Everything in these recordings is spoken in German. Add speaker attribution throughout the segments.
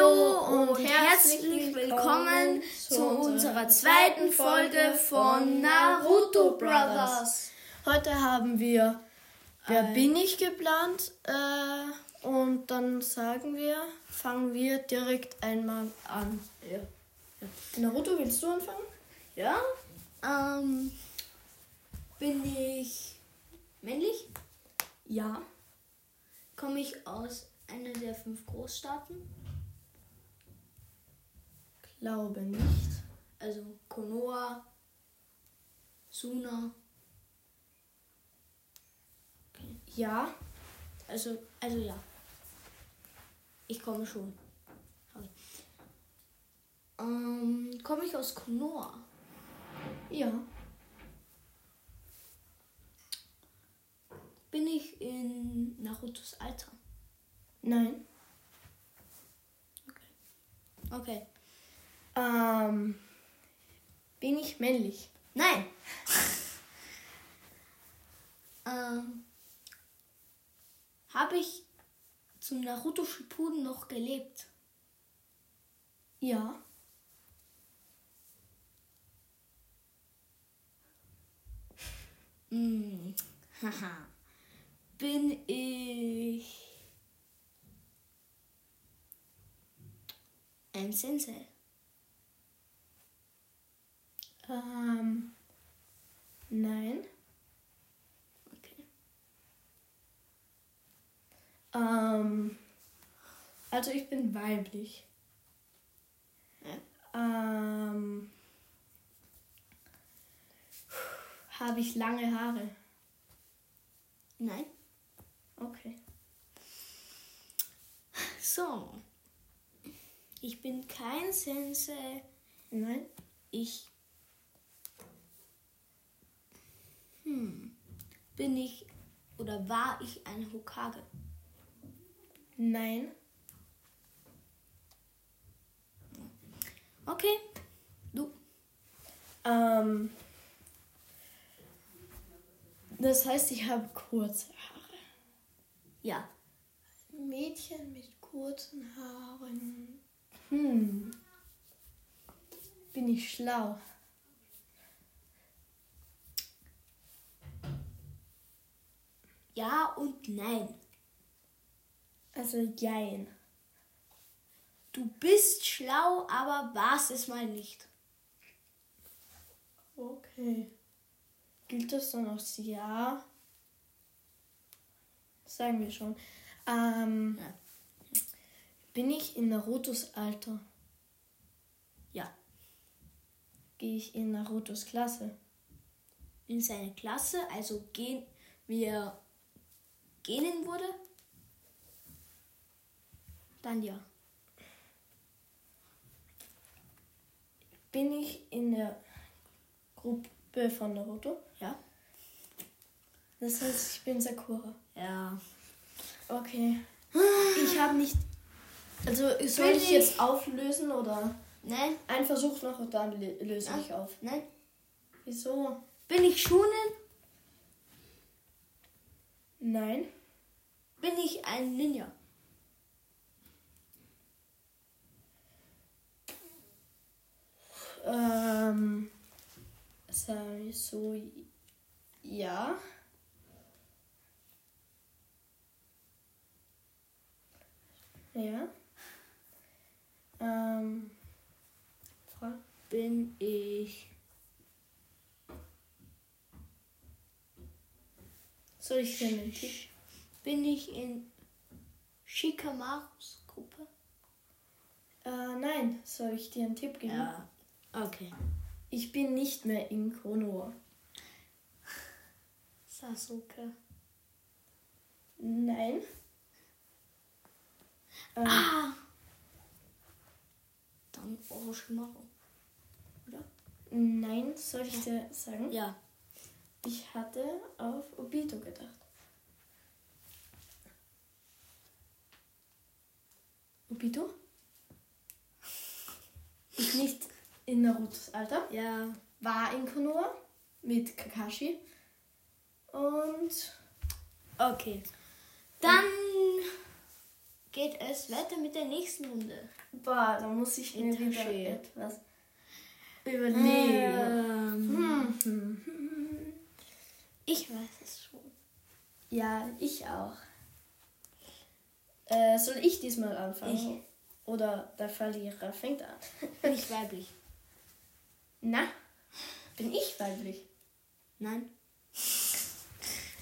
Speaker 1: und herzlich willkommen zu unserer zweiten Folge von Naruto Brothers.
Speaker 2: Heute haben wir Wer
Speaker 1: Äh.
Speaker 2: bin ich geplant äh, und dann sagen wir, fangen wir direkt einmal an.
Speaker 1: Ja.
Speaker 2: Naruto, willst du anfangen?
Speaker 1: Ja? Ähm, bin ich männlich?
Speaker 2: Ja.
Speaker 1: Komme ich aus einer der fünf Großstaaten?
Speaker 2: Glaube nicht.
Speaker 1: Also Konoha, Suna.
Speaker 2: Ja.
Speaker 1: Also, also ja. Ich komme schon. Hab ich. Ähm, komme ich aus Konoha?
Speaker 2: Ja.
Speaker 1: Bin ich in Narutos Alter?
Speaker 2: Nein.
Speaker 1: Okay.
Speaker 2: Ähm, bin ich männlich?
Speaker 1: Nein. ähm, Habe ich zum Naruto Shippuden noch gelebt?
Speaker 2: Ja.
Speaker 1: Mm. Haha. Bin ich ein Sensei?
Speaker 2: Ähm, nein.
Speaker 1: Okay.
Speaker 2: Ähm, also ich bin weiblich.
Speaker 1: Ja.
Speaker 2: Ähm, habe ich lange Haare?
Speaker 1: Nein.
Speaker 2: Okay.
Speaker 1: So. Ich bin kein Sensei.
Speaker 2: Nein?
Speaker 1: Ich. Hm. Bin ich oder war ich ein Hokage?
Speaker 2: Nein.
Speaker 1: Okay. Du.
Speaker 2: Ähm, das heißt, ich habe kurze Haare.
Speaker 1: Ja.
Speaker 2: Mädchen mit kurzen Haaren. Hm. Bin ich schlau?
Speaker 1: Ja und nein.
Speaker 2: Also jein.
Speaker 1: Du bist schlau, aber warst es mal nicht.
Speaker 2: Okay. Gilt das dann aufs Jahr? Sagen wir schon. Ähm,
Speaker 1: Ja.
Speaker 2: bin ich in Narutos Alter?
Speaker 1: Ja.
Speaker 2: Gehe ich in Narutos Klasse?
Speaker 1: In seine Klasse, also gehen wir gehen wurde. Dann ja.
Speaker 2: Bin ich in der Gruppe von Naruto?
Speaker 1: Ja.
Speaker 2: Das heißt, ich bin Sakura.
Speaker 1: Ja.
Speaker 2: Okay. Ich habe nicht. Also soll
Speaker 1: Bin
Speaker 2: ich jetzt auflösen oder
Speaker 1: Nein.
Speaker 2: ein Versuch noch und dann lö- löse
Speaker 1: Ja.
Speaker 2: ich auf?
Speaker 1: Nein.
Speaker 2: Wieso?
Speaker 1: Bin ich Schunen?
Speaker 2: Nein.
Speaker 1: Bin ich ein Ninja?
Speaker 2: Ähm, sagen wir so, ja. Ja. Ähm, Frage.
Speaker 1: Bin ich.
Speaker 2: Soll ich dir einen Tipp?
Speaker 1: Bin ich in Shikamarus Gruppe?
Speaker 2: Äh, nein, soll ich dir einen Tipp geben?
Speaker 1: Okay.
Speaker 2: Ich bin nicht mehr in Konoha.
Speaker 1: Sasuke.
Speaker 2: Nein. Ähm,
Speaker 1: Ah! Dann Orochimaru.
Speaker 2: Nein, soll ich dir sagen?
Speaker 1: Ja.
Speaker 2: Ich hatte auf Obito gedacht. Obito? Ist nicht in Narutos Alter.
Speaker 1: Ja.
Speaker 2: War in Konoha mit Kakashi. Und
Speaker 1: Okay. Dann geht es weiter mit der nächsten Runde.
Speaker 2: Boah, da muss ich mir wieder
Speaker 1: Interessiert.
Speaker 2: etwas Ah. überlegen. Hm.
Speaker 1: Ähm. Ich weiß es schon.
Speaker 2: Ja, ich auch. Äh, soll ich diesmal anfangen? Oder der Verlierer fängt an.
Speaker 1: Nicht weiblich.
Speaker 2: Na, bin ich weiblich?
Speaker 1: Nein.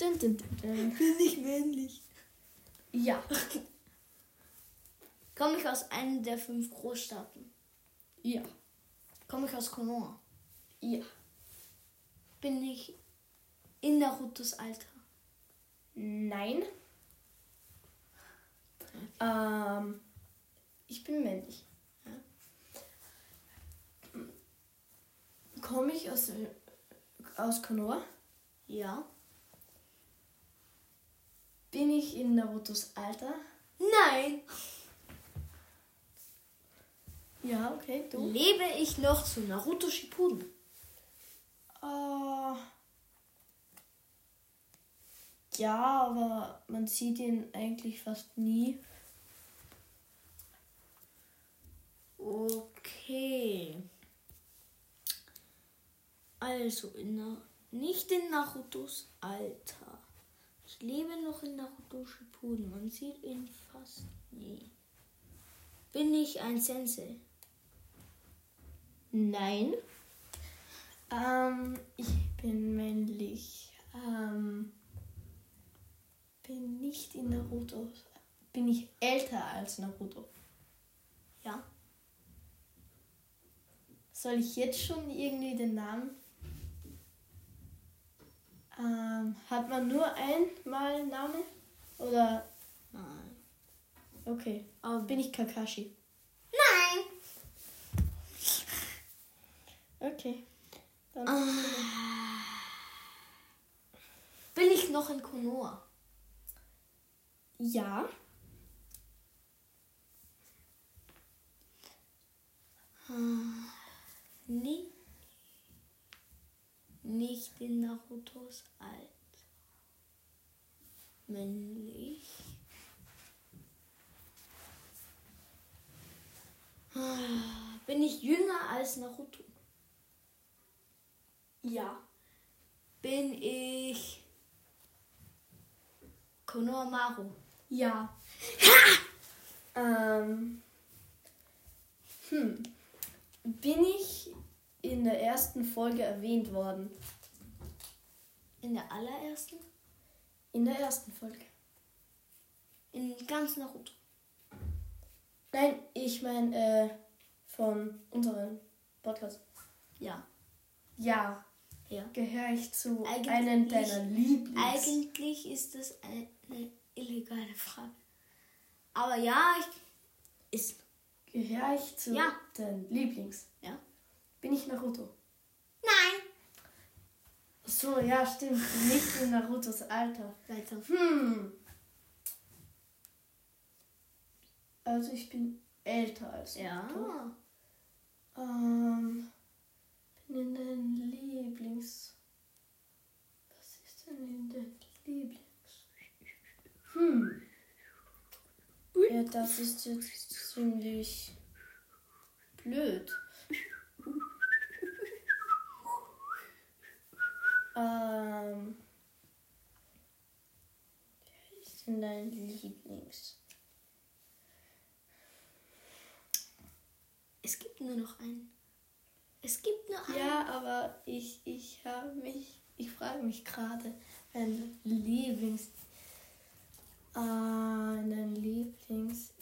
Speaker 2: Dun, dun, dun, dun.
Speaker 1: Bin ich männlich.
Speaker 2: Ähm, Ja.
Speaker 1: Komme ich aus einer der fünf Großstaaten?
Speaker 2: Ja.
Speaker 1: Komme ich aus Konoha?
Speaker 2: Ja.
Speaker 1: Bin ich in Narutos Alter?
Speaker 2: Nein. Ähm, ich bin männlich. Komme ich aus, äh, aus Konoha?
Speaker 1: Ja.
Speaker 2: Bin ich in Narutos Alter?
Speaker 1: Nein.
Speaker 2: Ja, okay, du.
Speaker 1: Lebe ich noch zu Naruto Shippuden?
Speaker 2: Äh, ja, aber man sieht ihn eigentlich fast nie.
Speaker 1: Okay. Also, in Na nicht in Narutos Alter. Ich lebe noch in Naruto Shippuden. Man sieht ihn fast nie. Bin ich ein Sensei?
Speaker 2: Nein. Ähm, ich bin männlich. Ähm, bin nicht in Naruto. Bin ich älter als Naruto?
Speaker 1: Ja.
Speaker 2: Soll ich jetzt schon irgendwie den Namen? Ähm, hat man nur einmal einen Namen? Oder,
Speaker 1: Nein.
Speaker 2: okay.
Speaker 1: Aber
Speaker 2: Bin ich Kakashi?
Speaker 1: Nein!
Speaker 2: Okay. Dann
Speaker 1: Ah. Bin ich noch in Konoha?
Speaker 2: Ja.
Speaker 1: Nee. Nicht in Narutos Alter. Männlich. Ah, Bin ich jünger als Naruto?
Speaker 2: Ja.
Speaker 1: Bin ich Konoha Maru?
Speaker 2: Ja. Ähm, hm. Bin ich in der ersten Folge erwähnt worden?
Speaker 1: In der allerersten?
Speaker 2: In der ersten Folge.
Speaker 1: In ganz Naruto.
Speaker 2: Nein, ich meine äh, von unserem Podcast.
Speaker 1: Ja.
Speaker 2: Ja,
Speaker 1: Ja.
Speaker 2: gehöre ich zu
Speaker 1: Eigentlich-
Speaker 2: einem deiner Lieblings.
Speaker 1: Eigentlich ist das eine illegale Frage. Aber ja, ich ist.
Speaker 2: gehöre ich zu
Speaker 1: Ja.
Speaker 2: deinen Lieblings.
Speaker 1: Ja.
Speaker 2: Bin ich Naruto?
Speaker 1: Nein.
Speaker 2: Ach So, ja, stimmt. Nicht in Narutos Alter.
Speaker 1: Seltsam.
Speaker 2: Hm. Also ich bin älter als Naruto.
Speaker 1: Ja.
Speaker 2: Ähm, bin in den Lieblings. Was ist denn in den Lieblings? Hm. Ja, das ist jetzt ziemlich blöd. Ähm. Wer ist denn dein Lieblings?
Speaker 1: Es gibt nur noch einen. Es gibt nur einen.
Speaker 2: Ja, aber ich, ich habe mich, ich frage mich gerade, mein Lieblings, äh, mein Lieblings ist,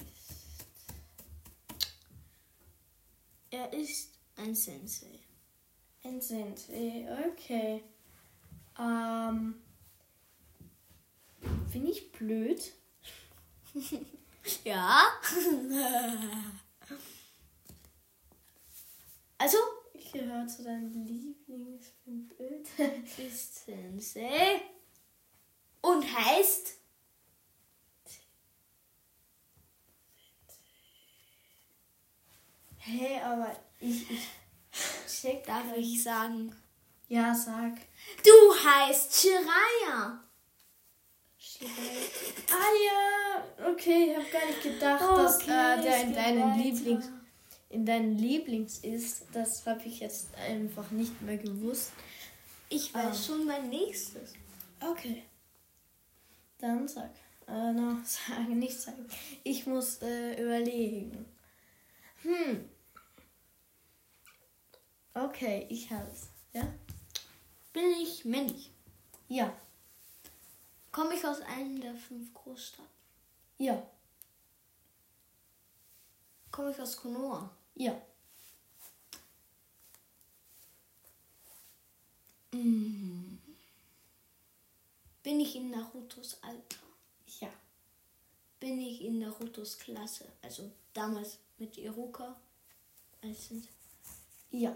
Speaker 1: Er ist ein Sensei.
Speaker 2: ein Sensei, okay. Ähm, bin ich blöd?
Speaker 1: Ja. also
Speaker 2: Ich gehöre zu deinem Lieblings, ich bin blöd.
Speaker 1: ist Sensei und heißt
Speaker 2: hey, aber ich, ich check
Speaker 1: darf
Speaker 2: kein-
Speaker 1: ich sagen
Speaker 2: Ja, sag.
Speaker 1: du heißt Shiraya.
Speaker 2: Sch-
Speaker 1: Gewalt.
Speaker 2: Ah ja, okay, ich habe gar nicht gedacht, dass äh, der in deinen Lieblings in deinen Lieblings ist. Das habe ich jetzt einfach nicht mehr gewusst.
Speaker 1: Ich weiß schon mein nächstes.
Speaker 2: Okay. Dann sag. Äh, no, sagen, nicht sagen. Ich muss äh, überlegen. Hm. Okay, ich habe es. Ja?
Speaker 1: Bin ich männlich?
Speaker 2: Ja.
Speaker 1: Komme ich aus einem der fünf Großstaaten?
Speaker 2: Ja.
Speaker 1: Komme ich aus Konoha?
Speaker 2: Ja.
Speaker 1: Bin ich in Narutos Alter?
Speaker 2: Ja.
Speaker 1: Bin ich in Narutos Klasse? Also damals mit Iruka? Als Sensei.
Speaker 2: Ja.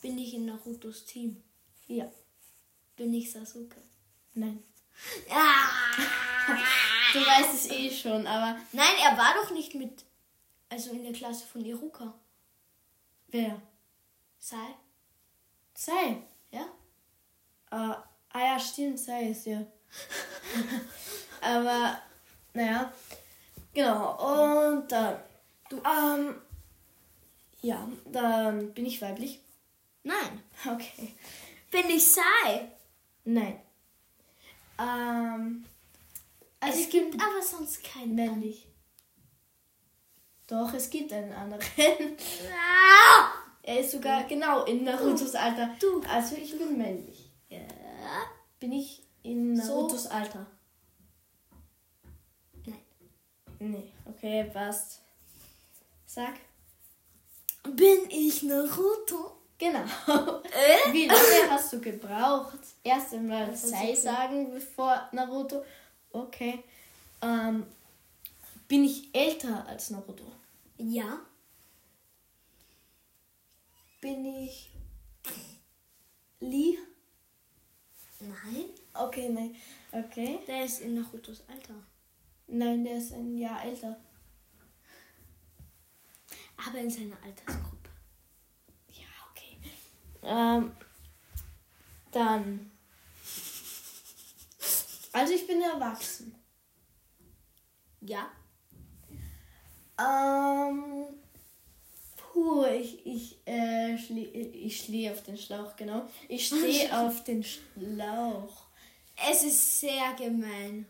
Speaker 1: Bin ich in Narutos Team?
Speaker 2: Ja.
Speaker 1: Bin ich Sasuke?
Speaker 2: Nein.
Speaker 1: Ah!
Speaker 2: Du weißt es eh schon, aber
Speaker 1: Nein, er war doch nicht mit. Also in der Klasse von Iruka.
Speaker 2: wer?
Speaker 1: Sai?
Speaker 2: Sei.
Speaker 1: Ja?
Speaker 2: ah ah ja, stimmt, sei es ja. Aber, naja, genau. Und dann, du, ähm, ja, dann bin ich weiblich.
Speaker 1: Nein.
Speaker 2: Okay.
Speaker 1: Bin ich Sai?
Speaker 2: Nein. Ähm, also
Speaker 1: es gibt aber sonst keinen.
Speaker 2: männlich. Doch, es gibt einen anderen.
Speaker 1: Ah!
Speaker 2: er ist sogar genau in Narutos Alter.
Speaker 1: Du.
Speaker 2: Also ich bin männlich.
Speaker 1: Äh,
Speaker 2: Bin ich in
Speaker 1: So.
Speaker 2: Narutos Alter?
Speaker 1: Nein.
Speaker 2: Nee. Okay, passt. Sag.
Speaker 1: Bin ich Naruto?
Speaker 2: Genau.
Speaker 1: Äh?
Speaker 2: Wie lange hast du gebraucht? Erst einmal
Speaker 1: Das ist
Speaker 2: Sei
Speaker 1: okay.
Speaker 2: sagen, bevor Naruto. Okay. Ähm, bin ich älter als Naruto?
Speaker 1: Ja. Bin ich.
Speaker 2: Lee?
Speaker 1: Nein.
Speaker 2: Okay, nein. Okay.
Speaker 1: Der ist in Narutos Alter.
Speaker 2: Nein, der ist ein Jahr älter.
Speaker 1: Aber in seiner Altersgruppe.
Speaker 2: Ja, okay. Ähm, dann. Also ich bin erwachsen.
Speaker 1: Ja.
Speaker 2: Ähm, puh, ich, ich, äh, schlie, ich stehe auf den Schlauch, genau. Ich stehe auf den Schlauch.
Speaker 1: Es ist sehr gemein.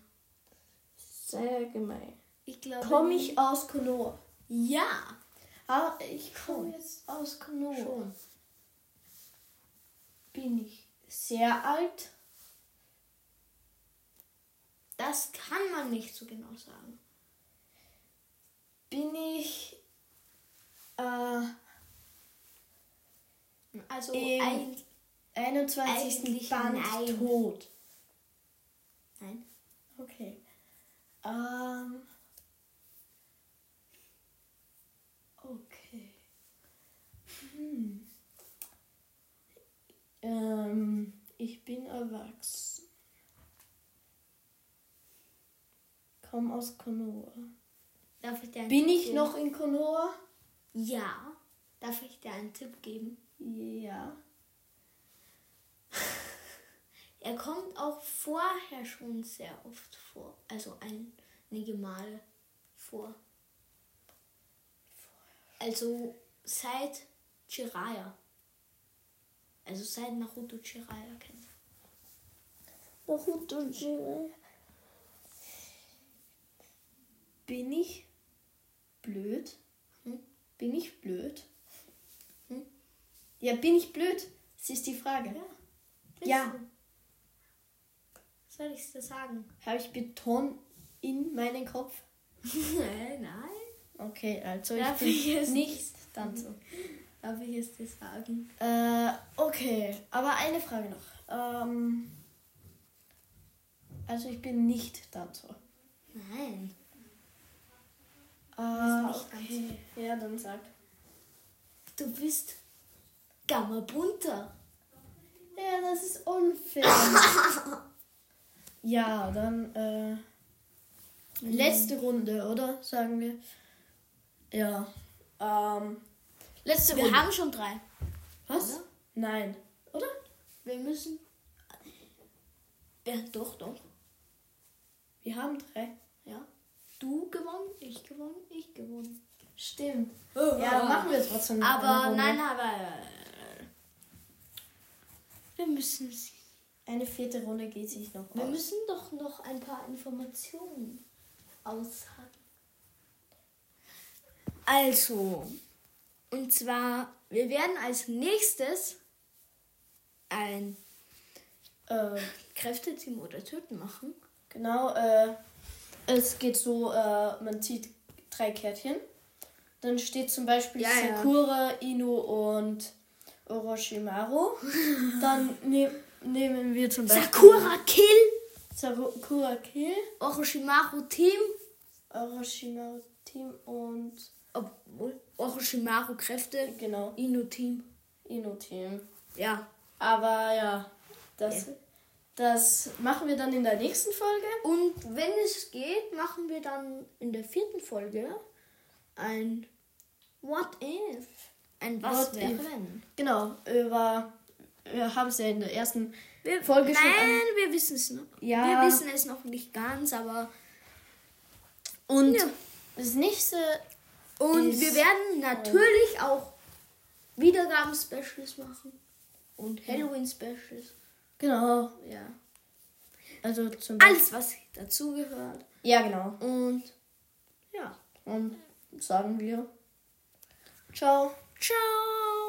Speaker 2: Sehr gemein.
Speaker 1: Ich glaube.
Speaker 2: Komme ich aus Konoha?
Speaker 1: Ja.
Speaker 2: Ah, ich komme jetzt aus Konoha. Bin ich sehr alt?
Speaker 1: Das kann man nicht so genau sagen.
Speaker 2: Bin ich äh,
Speaker 1: Also
Speaker 2: Ähm,
Speaker 1: eigentlich.
Speaker 2: 21.
Speaker 1: Eigentlich
Speaker 2: Band
Speaker 1: nein.
Speaker 2: tot?
Speaker 1: Nein.
Speaker 2: Okay. Ähm. Okay. Hm. Ähm, ich bin erwachsen. Komm aus Konoha.
Speaker 1: Darf ich dir einen
Speaker 2: Bin
Speaker 1: Tipp
Speaker 2: ich
Speaker 1: geben?
Speaker 2: noch in Konoha?
Speaker 1: Ja. Darf ich dir einen Tipp geben?
Speaker 2: Ja.
Speaker 1: Er kommt auch vorher schon sehr oft vor. Also einige Male vor. Also seit Jiraiya. Also seit Naruto Jiraiya kennt.
Speaker 2: Naruto Jiraiya. Bin ich blöd?
Speaker 1: Hm?
Speaker 2: Bin ich blöd?
Speaker 1: Hm?
Speaker 2: Ja, bin ich blöd? Das ist die Frage.
Speaker 1: Bist
Speaker 2: Ja.
Speaker 1: du? Soll ich es dir sagen?
Speaker 2: Habe ich Beton in meinen Kopf?
Speaker 1: Nein.
Speaker 2: Okay, also
Speaker 1: Darf
Speaker 2: ich
Speaker 1: ich
Speaker 2: bin
Speaker 1: es-
Speaker 2: nicht dann so.
Speaker 1: Darf ich es dir sagen?
Speaker 2: Äh, okay, aber eine Frage noch. Ähm, also ich bin nicht dann so.
Speaker 1: Nein.
Speaker 2: Ah,
Speaker 1: nicht Danzo.
Speaker 2: okay. Ja, dann sag.
Speaker 1: Du bist Gamabunter.
Speaker 2: Ja, das ist unfair. ja, dann äh, letzte Runde, oder? Sagen wir. Ja. Ähm, letzte
Speaker 1: Wir
Speaker 2: Runde.
Speaker 1: haben schon drei.
Speaker 2: Was?
Speaker 1: oder?
Speaker 2: Nein. Oder?
Speaker 1: Wir müssen. Ja, äh, doch, doch.
Speaker 2: Wir haben drei. Ja.
Speaker 1: Du gewonnen, ich gewonnen, ich gewonnen.
Speaker 2: Stimmt.
Speaker 1: Ja,
Speaker 2: Ja, machen wir trotzdem. noch Oh, eine
Speaker 1: Aber
Speaker 2: Runde.
Speaker 1: nein, aber äh, wir müssen sie
Speaker 2: Eine vierte Runde geht sich noch
Speaker 1: Wir
Speaker 2: aus.
Speaker 1: müssen doch noch ein paar Informationen aushaken. Also, und zwar, wir werden als nächstes ein
Speaker 2: Äh,
Speaker 1: Kräfteteam oder Töten machen.
Speaker 2: genau, äh, es geht so, äh, man zieht drei Kärtchen. Dann steht zum Beispiel
Speaker 1: Ja, ja.
Speaker 2: Sakura, Inu und Orochimaru. Dann ne nehmen wir zum Beispiel
Speaker 1: Sakura Kill,
Speaker 2: Sakura Kill,
Speaker 1: Orochimaru Team,
Speaker 2: Orochimaru Team und
Speaker 1: obwohl Orochimaru Kräfte,
Speaker 2: genau,
Speaker 1: Inu Team.
Speaker 2: Inu Team.
Speaker 1: Ja.
Speaker 2: Aber ja, das, das machen wir dann in der nächsten Folge.
Speaker 1: Und wenn es geht, machen wir dann in der vierten Folge ein What If. Ein Was
Speaker 2: What
Speaker 1: wäre
Speaker 2: if.
Speaker 1: wenn.
Speaker 2: Genau, über. Wir haben es ja in der ersten
Speaker 1: Wir,
Speaker 2: Folge
Speaker 1: nein,
Speaker 2: schon an-
Speaker 1: wir wissen es noch.
Speaker 2: Ja.
Speaker 1: Wir wissen es noch nicht ganz, aber.
Speaker 2: Und
Speaker 1: Ja.
Speaker 2: das nächste.
Speaker 1: Und
Speaker 2: Ist-
Speaker 1: wir werden natürlich auch Wiedergaben-Specials machen. Und Halloween-Specials.
Speaker 2: Genau.
Speaker 1: Ja.
Speaker 2: Also zum
Speaker 1: Alles, was dazugehört.
Speaker 2: Ja, genau.
Speaker 1: Und ja.
Speaker 2: Und sagen wir. Ciao.
Speaker 1: Ciao!